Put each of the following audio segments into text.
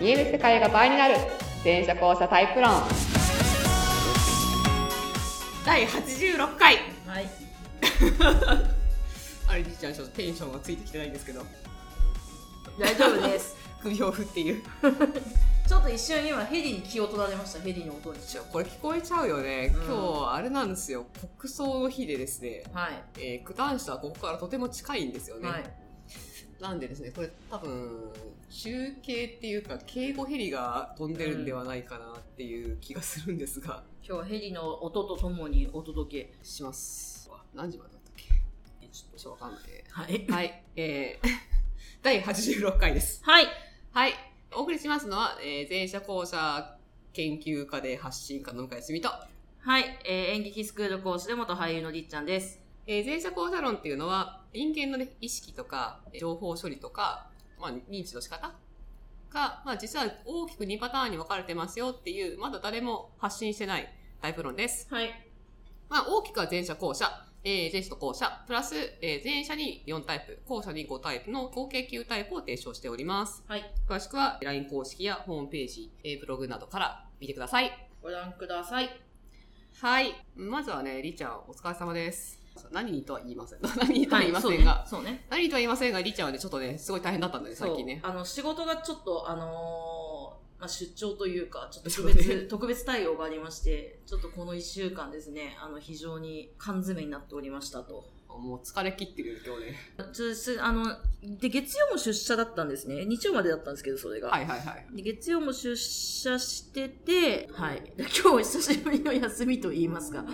見える世界が倍になる全社交差タイプ論第86回はい。あれりーちゃんちょっとテンションがついてきてないんですけど大丈夫です。 首を振っているちょっと一瞬今ヘリに気を取られました。ヘリの音に。ちょこれ聞こえちゃうよね、うん今日あれなんですよ国葬の日でですね、はい。えー、九段下はここからとても近いんですよね、はい。なんでですねこれ多分中継っていうか警護ヘリが飛んでるんではないかなっていう気がするんですが、今日はヘリの音とともにお届け。しますわ何時までだったっけえちょっとちょっとわかんないねはい。はい、えー、 第86回です。はい。はい、お送りしますのは、えー、前者後者研究家で発信家の向井澄と、はい。えー演劇スクール講師で元俳優のりっちゃんです。えー、前者後者論っていうのは、人間の、ね、意識とか、情報処理とか、まあ、認知の仕方が、まあ、実は大きく2パターンに分かれてますよっていう、まだ誰も発信してないタイプ論です。はい。まあ、大きくは前者後者、えー、前者と後者、プラス、えー、前者に4タイプ、後者に5タイプの合計9タイプを提唱しております。はい。詳しくは LINE 公式やホームページ、えーブログなどから見てください。ご覧ください。はい。まずはね、りーちゃん、お疲れ様です。何にとは言いません。 何にとはは言いい。まそうせねんが、。そうね。何にとは言いませんが、りーちゃんはね、ちょっとね、すごい大変だったんだね、最そう近ね。あの、仕事がちょっと、あのーまあ、出張というか、ちょっと特そう別、 特別対応がありまして、ちょっとこの1週間ですね、あの、非常に缶詰になっておりましたと。もう疲れ切ってるよ、今日ね。つつあの、で、月曜も出社だったんですね。日曜までだったんですけど、それが。はいはいはい。で月曜も出社してて、はい。で今日久しぶりの休みと言いますが。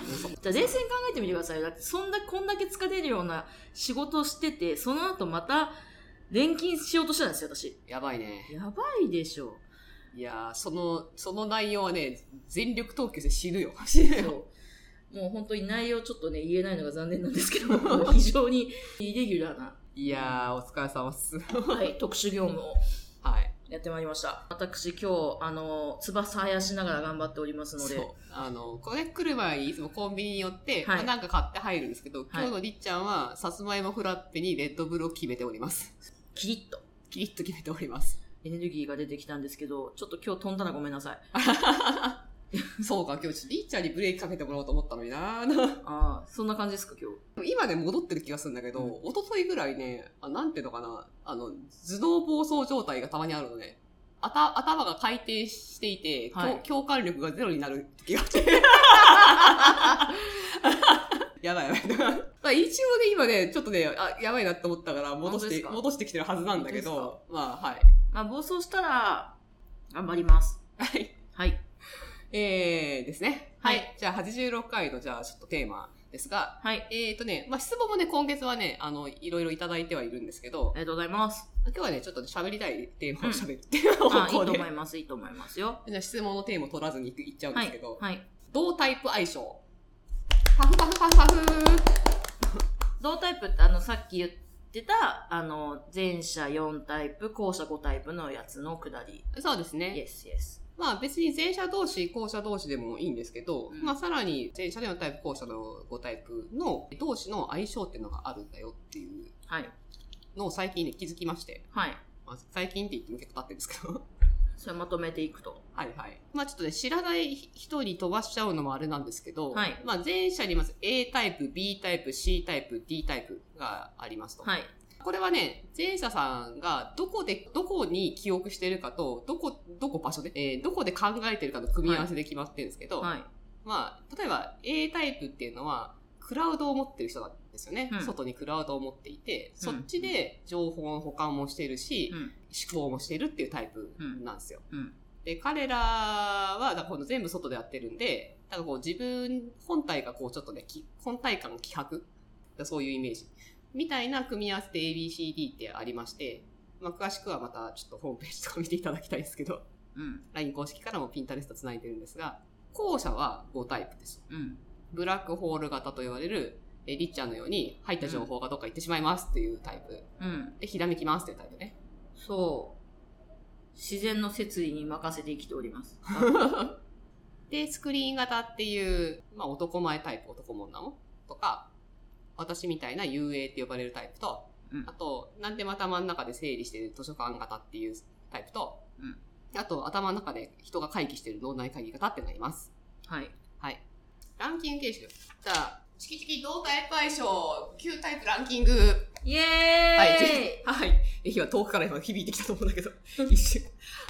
じゃあ、冷静に考えてみてください。だって、そんな、こんだけ疲れるような仕事をしてて、その後また、錬金しようとしてたんですよ、私。やばいね。やばいでしょ。いやー、その、その内容はね、全力投球して死ぬよ。死ぬよ。そう。もう本当に内容ちょっとね、言えないのが残念なんですけど、 非常にイレギュラーな、いやー、お疲れ様っす。はい、特殊業務をはい。やってまいりました。私今日、あの、翼生やしながら頑張っておりますので、そう。あの、これ来る前にいつもコンビニに寄って、はいまあなんか買って入るんですけど、今日はのりっちゃんは、さつまいもフラッペにレッドブルを決めております。キリッとキリッと決めております。エネルギーが出てきたんですけど、ちょっと今日飛んだらごめんなさい。そうか、今日ちょっとりっちゃんにブレーキかけてもらおうと思ったのになでもああ、そんな感じですか、今日。今ね、戻ってる気がするんだけど、う一昨日ぐらいね、あなんていうのかな、あの、頭脳暴走状態がたまにあるのね。あた、頭が回転していて、はい共共感力がゼロになる時があって。 やばいやばい。だから一応ね、今ね、ちょっとね、あ、やばいなって思ったから、戻本当しですて、か戻してきてるはずなんだけ本ど、まあ、はい。まあ、暴走したら、頑張ります。はい。はい。えー、ですね。は。はいいじゃあ、86回の、じゃあ、ちょっとテーマですが、はい。えー、とね、まあ、質問もね、今月はね、あの、いろいろいただいてはいるんですけどあ、りがとうござい ます。今日はね、ちょっと喋りたいテーマを喋るってあいい方向とで、思います、いいと思いますよ。じゃあ質問のテーマを取らずにいくいっちゃうんはですけいど、。はい。同タイプ相性。パフパフパフパフ同タイプって、あの、さっき言ってた、あの、前者4タイプ、後者5タイプのやつの下り。そうですね。イエスイエス。まあ別に前者同士、後者同士でもいいんですけど、うんまあさらに前者の4タイプ、後者の5タイプの同士の相性っていうのがあるんだよっていうはい。のを最近ね、気づきまして。はい。まあ、最近って言っても結構経ってるんですけど。それまとめていくと。はいはい。まあちょっとね、知らない人に飛ばしちゃうのもあれなんですけど、はいまあ前者にまず A タイプ、B タイプ、C タイプ、D タイプがありますと。はい。これはね、前者さんがどこで、どこに記憶してるかと、どこ、どこ場所で、えーどこで考えてるかの組み合わせで決まってるんですけど、はい。まあ、例えば A タイプっていうのは、クラウドを持ってる人なんですよね。うん外にクラウドを持っていて、うそんっちで情報の保管もしてるし、うん思考もしてるっていうタイプなんですよ。うん。で、彼らは、だからこの全部外でやってるんで、なんかこう自分本体がこうちょっとね、き本体感希薄そういうイメージ。みたいな組み合わせで ABCD ってありまして、まあ、詳しくはまたちょっとホームページとか見ていただきたいですけど、 うん。 LINE 公式からもピンタレスト繋いでるんですが、後者は5タイプです。うん。ブラックホール型と言われる、えリッチャーのように入った情報がどっか行ってしまいますっていうタイプ。うん。で、ひらめきますっていうタイプね。そう。自然の摂理に任せて生きております。 で、スクリーン型っていう、まあ、男前タイプ、男も女もとか、私みたいな UA って呼ばれるタイプと、うんあと、なんでまた真ん中で整理してる図書館型っていうタイプと、うんあと、頭の中で人が会議してる脳内会議型ってなります。はい。はい。ランキング形式。じゃあ、チキチキ同タイプ相性、9タイプランキング。イエはいーイ、 はい。今、遠くから今響いてきたと思うんだけ ど、一瞬。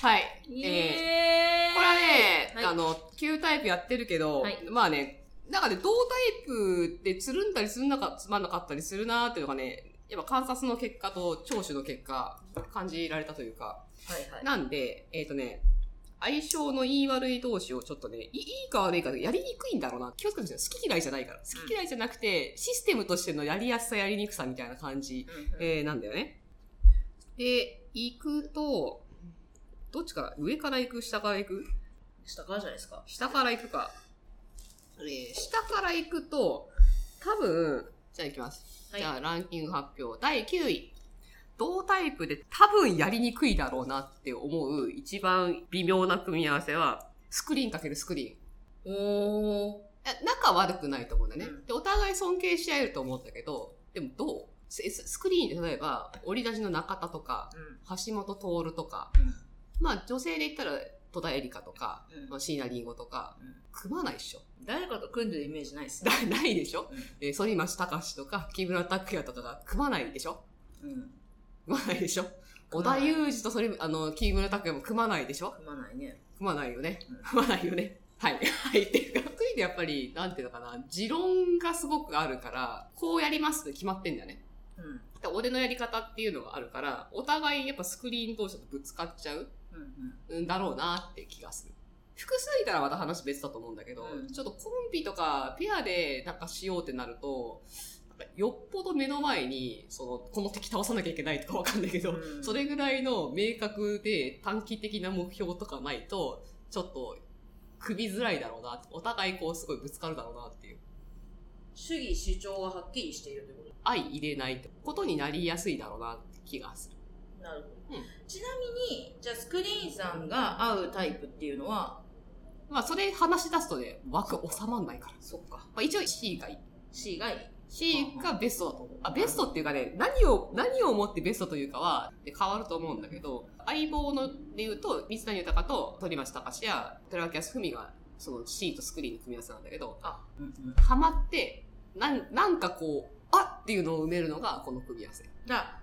はい。イえーエーイこれはね、はいあの、旧タイプやってるけど、はいまあね、なんかね、同タイプでつるんだりつるんなかつまんなかったりするなーっていうのがね、やっぱ観察の結果と聴取の結果、感じられたというか。はいはい。なんで、えっ、とね、相性のいい悪い同士をちょっとね、いいいいか悪いかやりにくいんだろうな。気をつけてください。好き嫌いじゃないから。好き嫌いじゃなくて、システムとしてのやりやすさやりにくさみたいな感じうんえー、なんだよね。で、行くと、どっちから上から行く下から行く下からじゃないですか。下から行くか。えー、下から行くと、多分、じゃあ行きます。はいじゃあランキング発表。第9位。同タイプで多分やりにくいだろうなって思う一番微妙な組み合わせは、スクリーンかけるスクリーン。おー。え仲悪くないと思うんだねう。んで、お互い尊敬し合えると思うんだけど、でもどうススクリーンで例えば、折り出しの中田とか、橋本徹とか、まあ女性で言ったら戸田恵梨香とか、うんまあ、椎名林檎とか、うん組まないでしょ。 誰かと組んでるイメージないですねな。ないでしょ、うんえー、反町隆史とか、木村拓哉とかが組まないでしょうん。組まないでしょ織組まな田い裕二とそれ、あの、木村拓哉も組まないでしょ組まないね。組まないよねうん。組まないよね。はい。はい。っていうか、得意でやっぱり、なんていうのかな、持論がすごくあるから、こうやりますって決まってんだよね。うん。で俺のやり方っていうのがあるから、お互いやっぱスクリーン同士だとぶつかっちゃう。うんうんだろうなって気がする。複数いたらまた話別だと思うんだけど、うんちょっとコンビとかペアでなんかしようってなると、なんかよっぽど目の前に、その、この敵倒さなきゃいけないとかわかんないけど、うんそれぐらいの明確で短期的な目標とかないと、ちょっと、組みづらいだろうな、お互いこうすごいぶつかるだろうなっていう。主義主張ははっきりしているというこ相入れないってことになりやすいだろうなって気がする。となるほど、うんちなみに、じゃあスクリーンさんが合うタイプっていうのは、まあそれ話し出すとね、枠収まんないから。そっか。まあ一応 C がいい。 C がいい。 C がベストだと思う。あ、ベストっていうかね、何を、何をもってベストというかは、で変わると思うんだけど、相棒ので言うと、水谷豊と鳥橋隆や寺脇康文が、その C とスクリーンの組み合わせなんだけど、あ、うんうん。ハマって、なん、なんかこう、あっっていうのを埋めるのがこの組み合わせ。だ、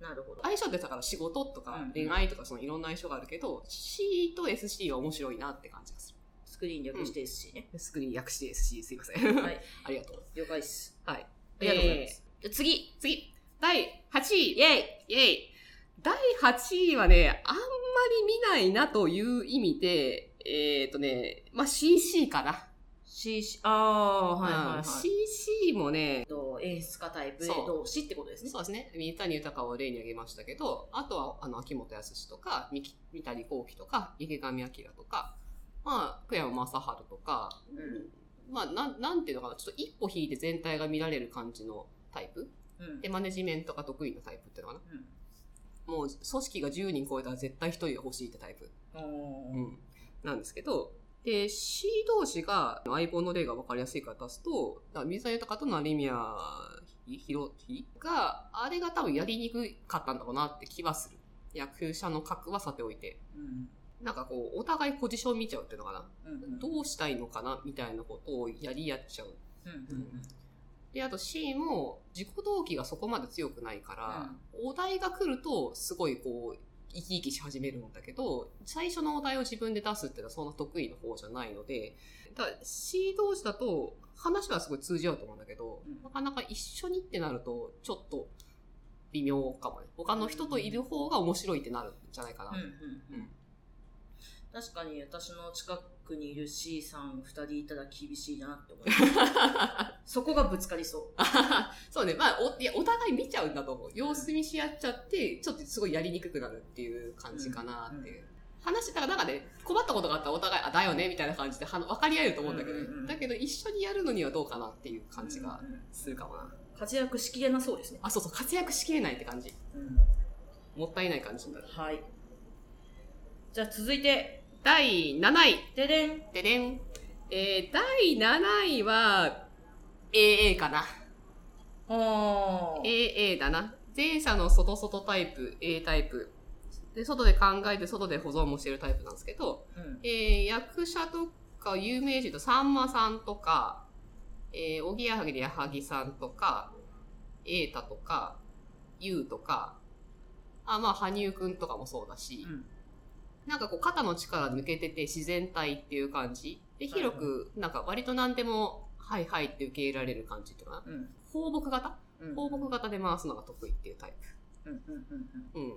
なるほど。相性ってだから仕事とかうん恋愛とかそのいろんな相性があるけど、C と SC は面白いなって感じがすスクリーン略して SC ね。る。スクリーン略して SC すいません。はい。 ありがとう。了解っす。はい。ありがとうございます。じゃあ次。次、第8位。イェイイェイ第8位はね、あんまり見ないなという意味で、えっ、とね、まあ、CC かな。 C、C、あー、はいはいはうんい。 CC もね、と演出家タイプそう同士ってことですね。そうですね、三谷豊を例に挙げましたけど、あとは、あの、秋元康とか、三木三谷幸喜とか、池上彰とか、まあ、福山雅治とか、うまあ、なん、なんていうのかな、ちょっと一歩引いて全体が見られる感じのタイプ。ん。うん。で、マネジメントが得意なタイプっていうのかうんな。もう、組織が10人超えたら絶対1人が欲しいってタイプ。おーうん、なんですけど、で、C 同士が相棒の例が分かりやすいから出すと、だから水谷豊と成宮ひろひが、あれが多分やりにくかったんだろうなって気はする。役者の格はさておいて。うんなんかこう、お互いポジション見ちゃうっていうのかな。うんどうしたいのかなみたいなことをやり合っちゃう。うんうんで、あと C も自己動機がそこまで強くないから、お題が来るとすごいこう、生き生きし始めるんだけど、最初のお題を自分で出すっていうのはそんな得意の方じゃないので、ただ C 同士だと話はすごい通じ合うと思うんだけど、うんなかなか一緒にってなるとちょっと微妙かもね。他の人といる方が面白いってなるんじゃないかな。うんうんうん確かに私の近くにいる C さん2人いたら厳しいなって思い ますそこがぶつかりそあはは そうね。まあ、お、いや、お互い見ちゃうんだと思う。様子見し合っちゃって、ちょっとすごいやりにくくなるっていう感じかなっていう。話、だからなんかね、困ったことがあったらお互い、あ、だよね、みたいな感じで、は分かり合えると思うんだけど、うんうんうんだけど一緒にやるのにはどうかなっていうう感じがうんうんするかもな。活躍しきれなそうですね、あ、そうそう、活躍しきれないって感じ。うんもったいない感じになる。はいじゃあ続いて第7位。ででんででん。えー、第7位は、AA かな。あー AA だな。前者の外外タイプ、A タイプ。で、外で考えて、外で保存もしてるタイプなんですけど、うんえー役者とか有名人とさんまさんとか、えー、おぎやはぎで矢作さんとか、瑛太とか、ゆうとか、あ、まあ、羽生くんとかもそうだし、うんなんかこう肩の力抜けてて自然体っていう感じ。で、はいはい広く、なんか割と何でも、はいはいって受け入れられる感じっていうかな。うん放牧型うん放牧型で回すのが得意っていうタイうんうんうんプ。うん。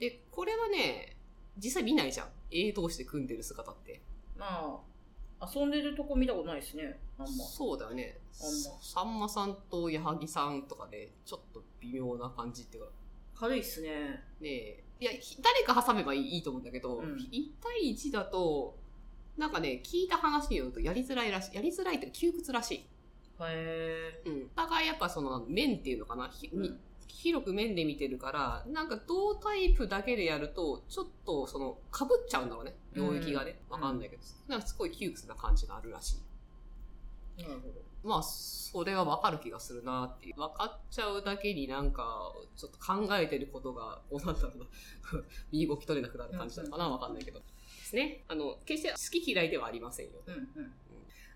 で、これはね、実際見ないじゃん。A 通して組んでる姿って。まあ遊んでるとこ見たことないですねあんまそうだよね。あんまさんまさんと矢作さんとかで、ちょっと微妙な感じっていうか。軽いっすねねえ。いや、ひ誰か挟めばいいいいと思うんだけど、うん1対1だと、なんかね、聞いた話によるとやりづらいらしい。やりづらいっていうか窮屈らしい。へえうん。お互いやっぱその、面っていうのかな、ひうんに広く面で見てるから、なんか同タイプだけでやると、ちょっとその、被っちゃうんだろうね。領域がね。うんわかんないけど。なんかすごい窮屈な感じがあるらしい。なるほどまあ、それはわかる気がするなっていう。わかっちゃうだけになんか、ちょっと考えてることが、こうなんだろうな、 身動き取れなくなる感じなのかなわかんないけど。ですね。あの、決して好き嫌いではありませんよ。うんうん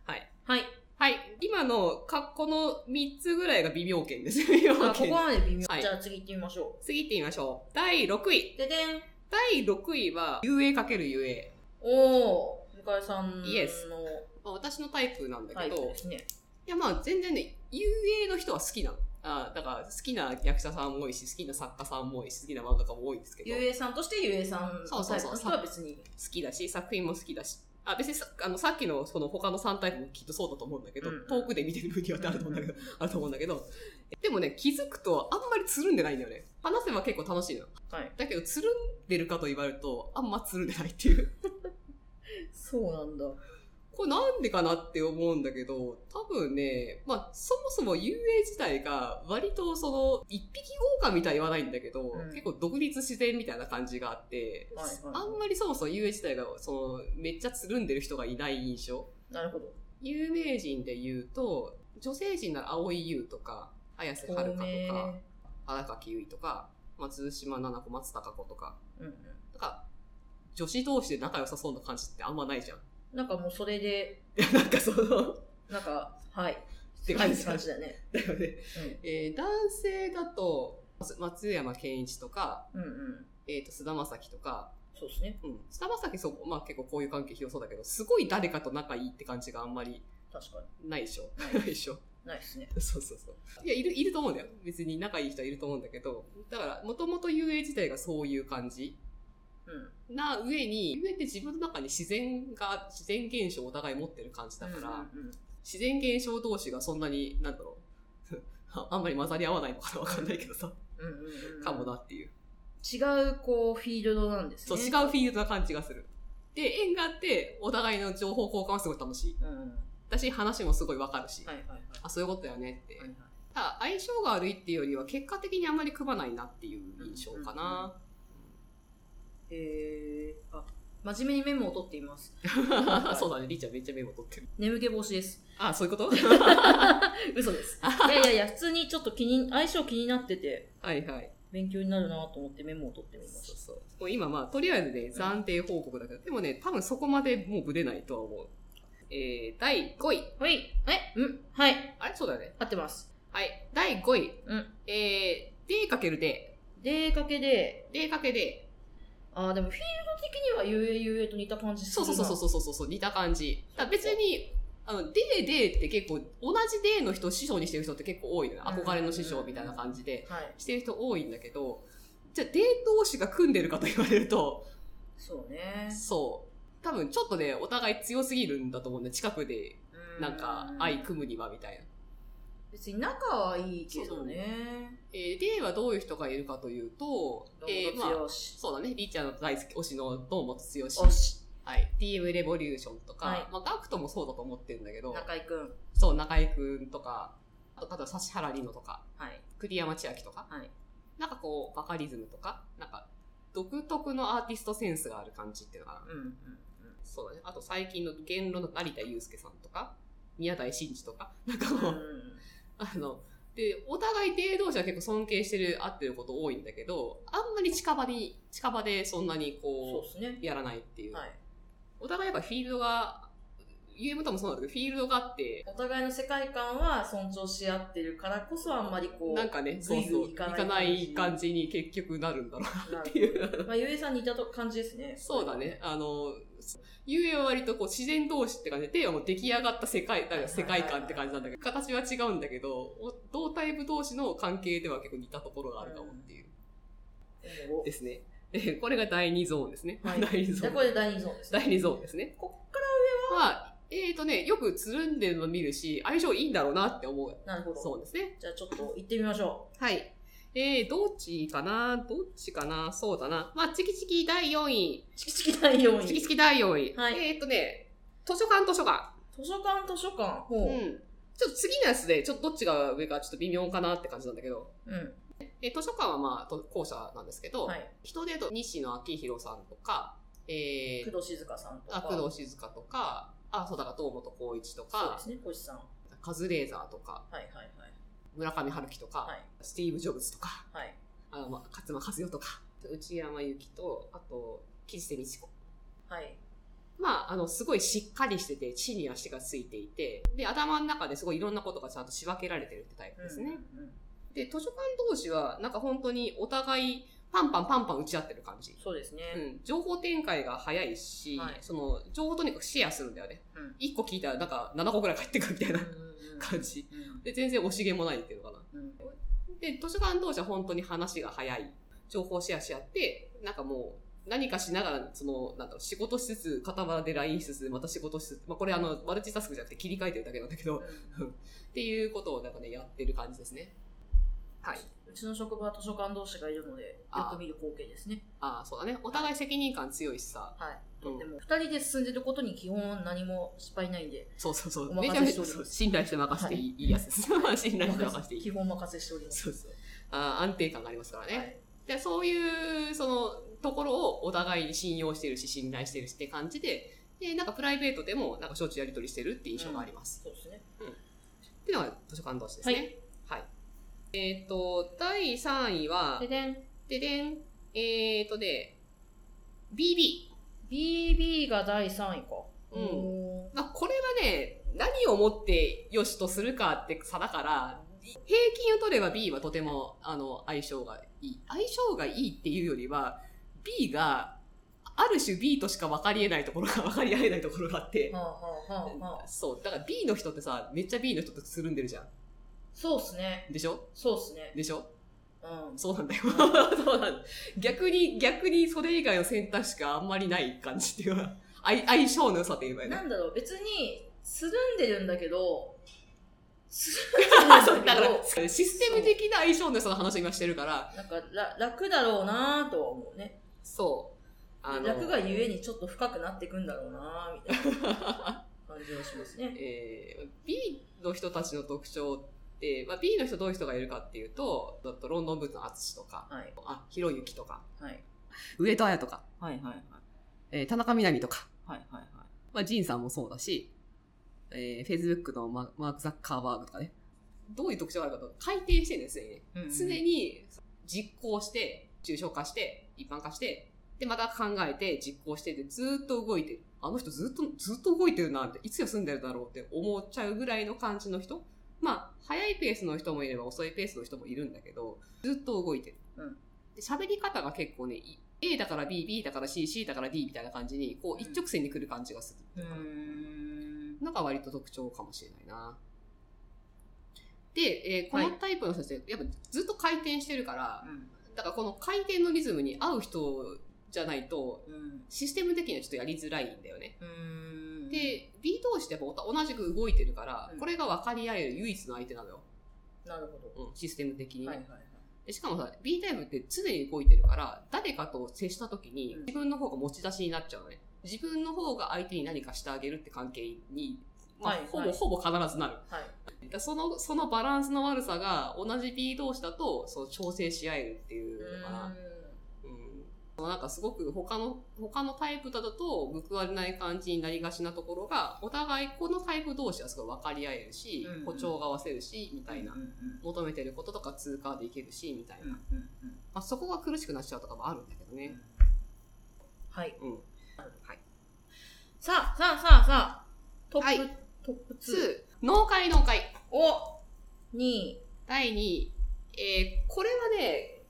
はい。はいはい。今の、か、この3つぐらいが微妙圏です。微妙まあこ圏。こまで微妙、はいじゃあ次行ってみましょ次行ってみましょう。第6位う。ででん第6位は、UA×UA。おお向井さんの Yes まあ、私のタイプなんだタけイプど、ですねいやまあ全然ね、UA の人は好きなの。あーだから好きな役者さんも多いし、好きな作家さんも多いし、好きな漫画家も多いんですけど、ゆ好うえいさんとしてゆうえいさんそうのそタうイプそうの人は別にきだし、作品も好きだし。あ、別にさあのさっきのその他の3タイプもきっとそうだと思うんだけど、うん遠くで見てる分にはってあると思うんだけど、 あると思うんだけど、でもね、気づくとあんまりつるんでないんだよね。話せば結構楽しいの。はいだけど、つるんでるかと言われると、あんまつるんでないっていう。そうなんだこれなんでかなって思うんだけど、多分ね、まあ、そもそも UA 自体が割とその、一匹狼とは言わないんだけど、うん結構独立自然みたいな感じがあって、はいはいはいあんまりそもそも UA 自体が、その、めっちゃつるんでる人がいない印象。なるほど有名人で言うと、女性人なら蒼井優とか、綾瀬はるかとか、荒垣結衣とか、松島菜々子、松たか子とか、うんうんなんか、女子同士で仲良さそうな感じってあんまないじゃん。 なんかもうそれでいやなんかその、っなんかはいては感いっじだて感よじだねね。えー男性だと、松松山ケンイチとか、うんうんうんえっ、と、菅田将暉とか、そうですねうん。菅田将暉そう、まあ結構こういう関係広そうだけど、すごい誰かと仲いいって感じがあんまり確かないでしょ。はいないでしょ。 にないですねそうそうそう。いや、いる、いると思うんだよ。別に仲いい人はいると思うんだけど、だから、もともと UA 自体がそういう感じうんな上に、UA って自分の中に自然が、自然現象をお互い持ってる感じだから、うんうんうん自然現象同士がそんなに、なんだろう。 ああんまり混ざり合わないのかなわかんないけどさ。うんうんうんかもなっていう。違うこうフィールドなんですそう、ね違うフィールドな感じがする。で、縁があって、お互いの情報交換はすごい楽しい。うんうんだし、話もすごいわかるし、はいはいはいあ、そういうことだよねって。はいはいただ、相性が悪いっていうよりは、結果的にあんまり組まないなっていう印象かな。えー、あ真面目にメモを取っています。うん そうだね、りーちゃんめっちゃメモ取ってる。眠気防止です。あ、そういうこと 嘘です。いやいやいや、普通にちょっと気に、相性気になってて、はいはい。勉強になるなと思ってメモを取ってみまそうしそう。もう今まあ、とりあえずね、暫定報告だけど、でもね、多分そこまでもうブレないとは思う。えー、第5位。た。はい。えうんはい。あれそうだよね。合ってます。はい。第5位。うん。えー、D×D。出かけで、 D かけで、あーでもフィールド的には UAUA と似た感じすそうるそうそうそうう。そうそうそう似た感じ。だから別に、あの、デーデーって結構、同じデーの人を師匠にしてる人って結構多いのよ。うん憧れの師匠みたいな感じで、はい。してる人多いんだけど、じゃあデー同士が組んでるかと言われると、そうね。そう。多分ちょっとね、お互い強すぎるんだと思うんだよ。近くで、うなんか、愛組むにはみたいな。別に仲はいいけどね。えー、デーはどういう人がいるかというと、えー、まあ、強し。そうだね、りーちゃんの大好き推しの堂本剛。よし。はい。DM レボリューションとか、はいまあ、ガクトもそうだと思ってるんだけど、中井くん。そう、中井くんとか、あと、あと指原莉乃とか、はい。栗山千明とか、はい。なんかこう、バカリズムとか、なんか、独特のアーティストセンスがある感じっていうのかな。うんうんうん。そうだね。あと最近の言論の成田悠介さんとか、宮台真司とか、なんかうもう、んあの、で、お互い芸同士は結構尊敬してる、合ってること多いんだけど、あんまり近場に、近場でそんなにそうこですねう、。やらないっていう。はい。お互いやっぱフィールドが、UM ともそうなんだけど、フィールドがあって、お互いの世界観は尊重し合ってるからこそあんまりこう、なんかね、ぐそういぐそう、いいいかかないない感じに結局なるんだろなうるっていう。まあ、ゆえさんに似たと感じです ね。そうだね。あの、ゆえは割とこう自然同士って感じで、もう出来上がった世界、だから世界観って感じなんだけど、形は違うんだけど、お同タイプ同士の関係では結構似たところがあるかもっていう。おですね。でこれが第2ゾーンですね。はい第2じゾゃあこーン。れで第2ゾーンです、第2ゾーンですね。こっから上は、まあ、えっ、とね、よくつるんでるの見るし、相性いいんだろうなって思う。なるほど。そうですね。じゃあちょっと行ってみましょはい。えー、どっちかなどっちかなそうだな。まあ、チキチキ第4位う。。チキチキ第4位。チキチキ第4位。はいえーっとね、図書館図書館。図書館、図書館。うほう。うん。ん。ちょっと次のやつで、ちょっとどっちが上かちょっと微妙かなって感じなんだけど。えー図書館はまあ、と校舎なんですけど、はい。人で言うと西野昭弘さんとか、えー、工藤静香さんとか。あ工藤静香とか、あ、そうだから、堂本光一とそうかで、すね、小石さん。はカズレーザーとか、いはいはい。村上春樹とか、はい。スティーブ・ジョブズとか、はい。あの、まあ、勝間和代とか、内山由紀と、あと、岸瀬美智子。はい。まあ、あの、すごいしっかりしてて、地に足がついていて、で、頭の中ですごいいろんなことがちゃんと仕分けられてるってタイプですね。うんうんうんで、図書館同士は、なんか本当にお互い、パンパンパンパン打ち合ってる感じ。そうですね。うん、情報展開が早いし、はいその、情報をとにかくシェアするんだよね。うん1個聞いたらなんか7個ぐらい返ってくるみたいな感じ。うんうんで、全然惜しげもないっていうのかな。うんうんで、図書館同士は本当に話が早い。情報シェアし合って、なんかもう、何かしながら、その、なんだろう、仕事しつつ、傍らで LINE しつつ、また仕事しつつ、まあ、これあの、マルチタスクじゃなくて切り替えてるだけなんだけど、っていうことをなんかね、やってる感じですね。はい。うちの職場は図書館同士がいるので、よあく見る光景ですね。ああ、そうだね。お互い責任感強いしさ。はい。うんでも、二人で進んでることに基本何も失敗ないん で、そうそうそう。おめ任ちゃめせしちてゃおりますそう信頼して任せていい,、い、いやつです。 信頼して任せていい基。本任せしております。そうそう。あー安定感がありますからね。はいで、そういう、その、ところをお互いに信用してるし、信頼してるしって感じで、で、なんかプライベートでも、なんかしょっちゅうやり取りしてるっていう印象があります。そうですね。っていうのが図書館同士ですね。はい。えっ、と、第3位はで、でん。ででん、えっ、とね、BB。 BB が第3位か。うんおー。まあ、これはね、何をもって良しとするかって差だから、平均を取れば B はとても、あの、相性がいい。相性がいいっていうよりは、B が、ある種 B としか分かり得ないところが、分かり合えないところがあっては。あはあはあはあ。そう。だから B の人ってさ、めっちゃ B の人とつるんでるじゃん。そうっすね。でしょそうっすね。でしょうん。そうなんだよ。 そうなん逆に、逆にそれ以外の選択肢があんまりない感じっていうか、相相性の良さといえばいいなね。んだろう、別に、つるんでるんだけど、つそ るんうでるだんかだけら、システム的な相性の良さの話を今してるから、ど、なんか楽楽だろうなぁとは思うね。そう。あの、楽がゆえにちょっと深くなっていくんだろうなぁみたいな感じがしますね。 えー B の人たちの特徴って、まあ、B の人どういう人がいるかっていうと、だとロンドンブーツの淳とか、はい。あ、ひろゆきとか、はい。上戸彩とか、はいはいはい。えー田中みな実とか、はいはいはい。まあ、ジンさんもそうだし、えー、Facebook のママーク・ザッカーバーグとかね。どういう特徴があるかと、改定してるんですよね。うんうん常に実行して、抽象化して、一般化して、で、また考えて、実行してて、ずーっと動いてる。あの人ずっと、ずっと動いてるな、って、いつ休んでるだろうって思っちゃうぐらいの感じの人。まあ、早いペースの人もいれば遅いペースの人もいるんだけど、ずっと動いてる。うんで喋り方が結構ね、い A だから B、B だから C、C だから D みたいな感じに、こう一直線に来る感じがすうる。ーん。なんか割と特徴かもしれないな。で、えーこはのいタイプの人たち、やっぱずっと回転してるからう、ん。だからこの回転のリズムに合う人じゃないと、うん。システム的にはちょっとやりづらいんだよね。うーん、で、B 同士でやっぱ同じく動いてるからう、んこれが分かり合える唯一の相手なのよ。なるほど。うん、システム的にね、はいはいはい。でしかもさ、B タイプって常に動いてるから、誰かと接した時にうん自分の方が持ち出しになっちゃうのね。自分の方が相手に何かしてあげるって関係に、まあはいはいほぼほぼ必ずなる。はい。だからその、そのバランスの悪さが同じ B 同士だと、そう調整し合えるっていうのかな。ううん。そのなんかすごく他の、他のタイプだと報われない感じになりがちなところが、お互いこのタイプ同士はすごい分かり合えるしうんうん、歩調が合わせるし、みたいなうん。うん求めてることとか通過できるし、みたいな。うんまうんうんあ、そこが苦しくなっちゃうとかもあるんだけどね。はい。うん。さあ、さあ、さあ、さあ、トップ、はいトップ2。 2、農会農会。お !2 位。第2位、えーこれはね、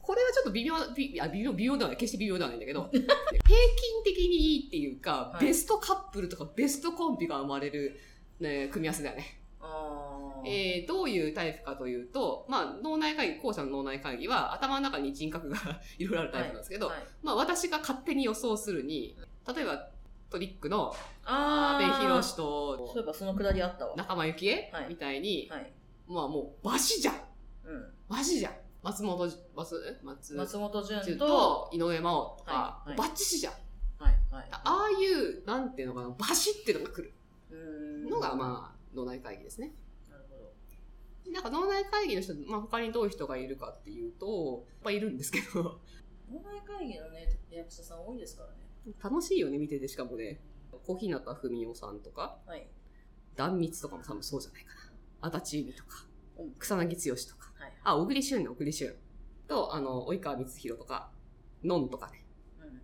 これはちょっと微妙な、びあ微妙、微妙ではない、決して微妙ではないんだけ ど、平均的にいいっていうか、はいベストカップルとかベストコンビが生まれる、ね、組み合わせだよね。あーえーどういうタイプかというと、まあ、脳内会議、後者の脳内会議は頭の中に人格が いろいろあるタイプなんですけど、はいまあ、私が勝手に予想するに、例えばトリックの阿あ部ー。寛とそういえばそのくだりあったわ。仲間由紀恵はいみたいに、はい。まあもう、バシじゃんうん。マジじゃん。松本じ、松、え松松本中潤と、と井上真央とかはい、はいバッチシじゃん。はい、はい。ああいう、なんていうのかな、バシってのが来るうーんのが、まあ、脳内会議ですね。あ。なるほど。なんか脳内会議の人、まあ他にどういう人がいるかっていうと、いっぱいいるんですけど、 問題会議のね、役者さん多いですからね。楽しいよね、見てて、しかもね。小日向文世さんとか、はい。壇蜜とかも多分そうじゃないかな。足立由美とかうん、草薙剛とか、はい。あ、小栗旬ね、小栗旬。と、あの、及川光弘とか、のんとかね。うん。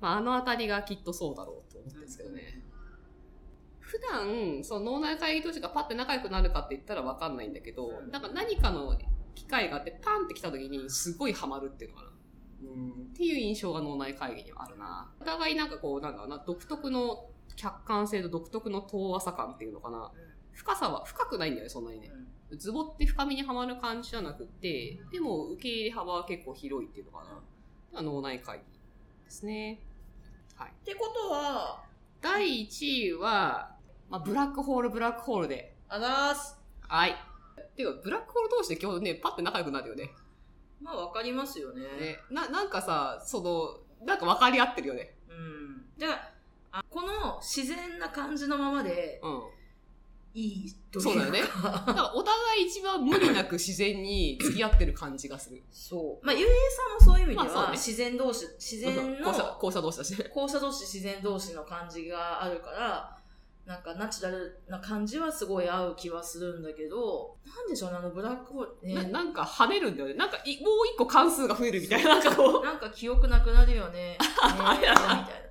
まあ、あのあたりがきっとそうだろうと思ってるんですけどね。普段、その脳内会議同士がパッて仲良くなるかって言ったらわかんないんだけど、うんなんか何かの機会があってパンって来た時にすごいハマるっていうのかな。っていう印象が脳内会議にはあるな。お互いなんかこう、なんだろうな、独特の客観性と独特の遠浅感っていうのかな。深さは深くないんだよね、そんなにね。ズボって深みにはまる感じじゃなくて、でも受け入れ幅は結構広いっていうのかな。脳内会議ですね。はい。ってことは、第1位は、まあ、ブラックホール、ブラックホールで。あざーす。はい。ていうか、ブラックホール同士で今日ね、パッて仲良くなるよね。まあ、わかりますよね。ね。な、なんかさ、その、なんか分かり合ってるよね。うん。だから、あこの自然な感じのままで、うん。いいといそうだよね。だか。からお互い一番無理なく自然に付き合ってる感じがする。そう。まあ、ゆうえいさんもそういう意味では、まあそうね自然同士、自然校舎の、、校舎同士だしね。校舎同士、自然同士の感じがあるから、なんかナチュラルな感じはすごい合う気はするんだけど、なんでしょうね、あのブラックホール、ね、な なんか跳ねるんだよね。なんかい、もう一個関数が増えるみたいな、なんかこう。なんか記憶なくなるよ ね。ねあれだなみたい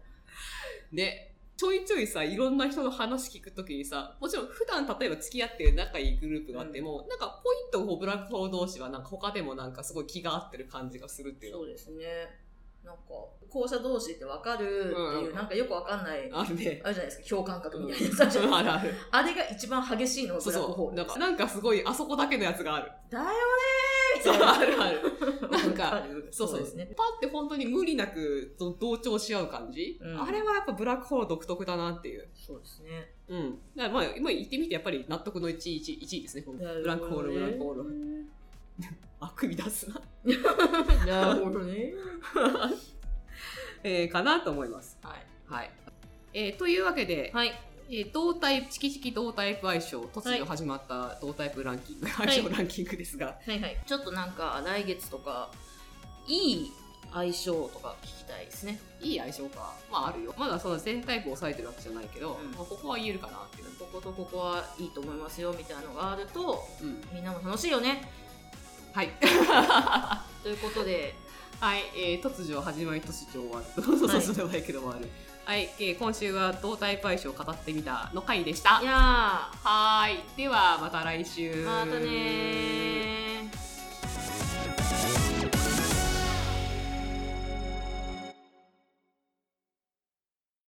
ね、ちょいちょいさ、いろんな人の話聞くときにさ、もちろん普段例えば付き合ってる仲いいグループがあっても、なんかポイントをブラックホール同士はなんか他でもなんかすごい気が合ってる感じがするっていな。うのそうですね。なんか、校舎同士ってわかるってうんいうう、んなんかよくわかんない、ああるね。るじゃないですか、共感覚みたい なやつあるじゃうんないあるある。あれが一番激しいのがそブうラックホそーう。ルなでんす。か、なんかすごいあそこだけのやつがある。だよねーみそう、たいな。あるある。なんかわるそうそうですね。パって本当に無理なくと同調し合う感じ、うんあれはやっぱブラックホール独特だなっていう。そうですね。うん。だからまあ、今言ってみてやっぱり納得の1位、1位1位ですね。このブラックホール、ブラックホール。あ、首出すな。ル。なるほどね。えー、かなと思います。はい。はい。えーというわけで、はい。えー同タイプ、チキチキ同タイプ相性、突はい如始まった同タイプランキング、い相性ランキングですが、はいはい。ちょっとなんか、来月とか、いい相性とか聞きたいですね。いい相性か。まああるよ。まだその全タイプ抑えてるわけじゃないけど、うんまあ、ここは言えるかなっていう。こことここはいいと思いますよ、みたいなのがあると、うん。みんなも楽しいよね。 はい。ということで、はい。えー突如始まり、突如終わる。突如でもないけどもある。はい、えー今週は同タイプ相性を語ってみたの回でしたい。やはーい。では、また来週。ー、またねー。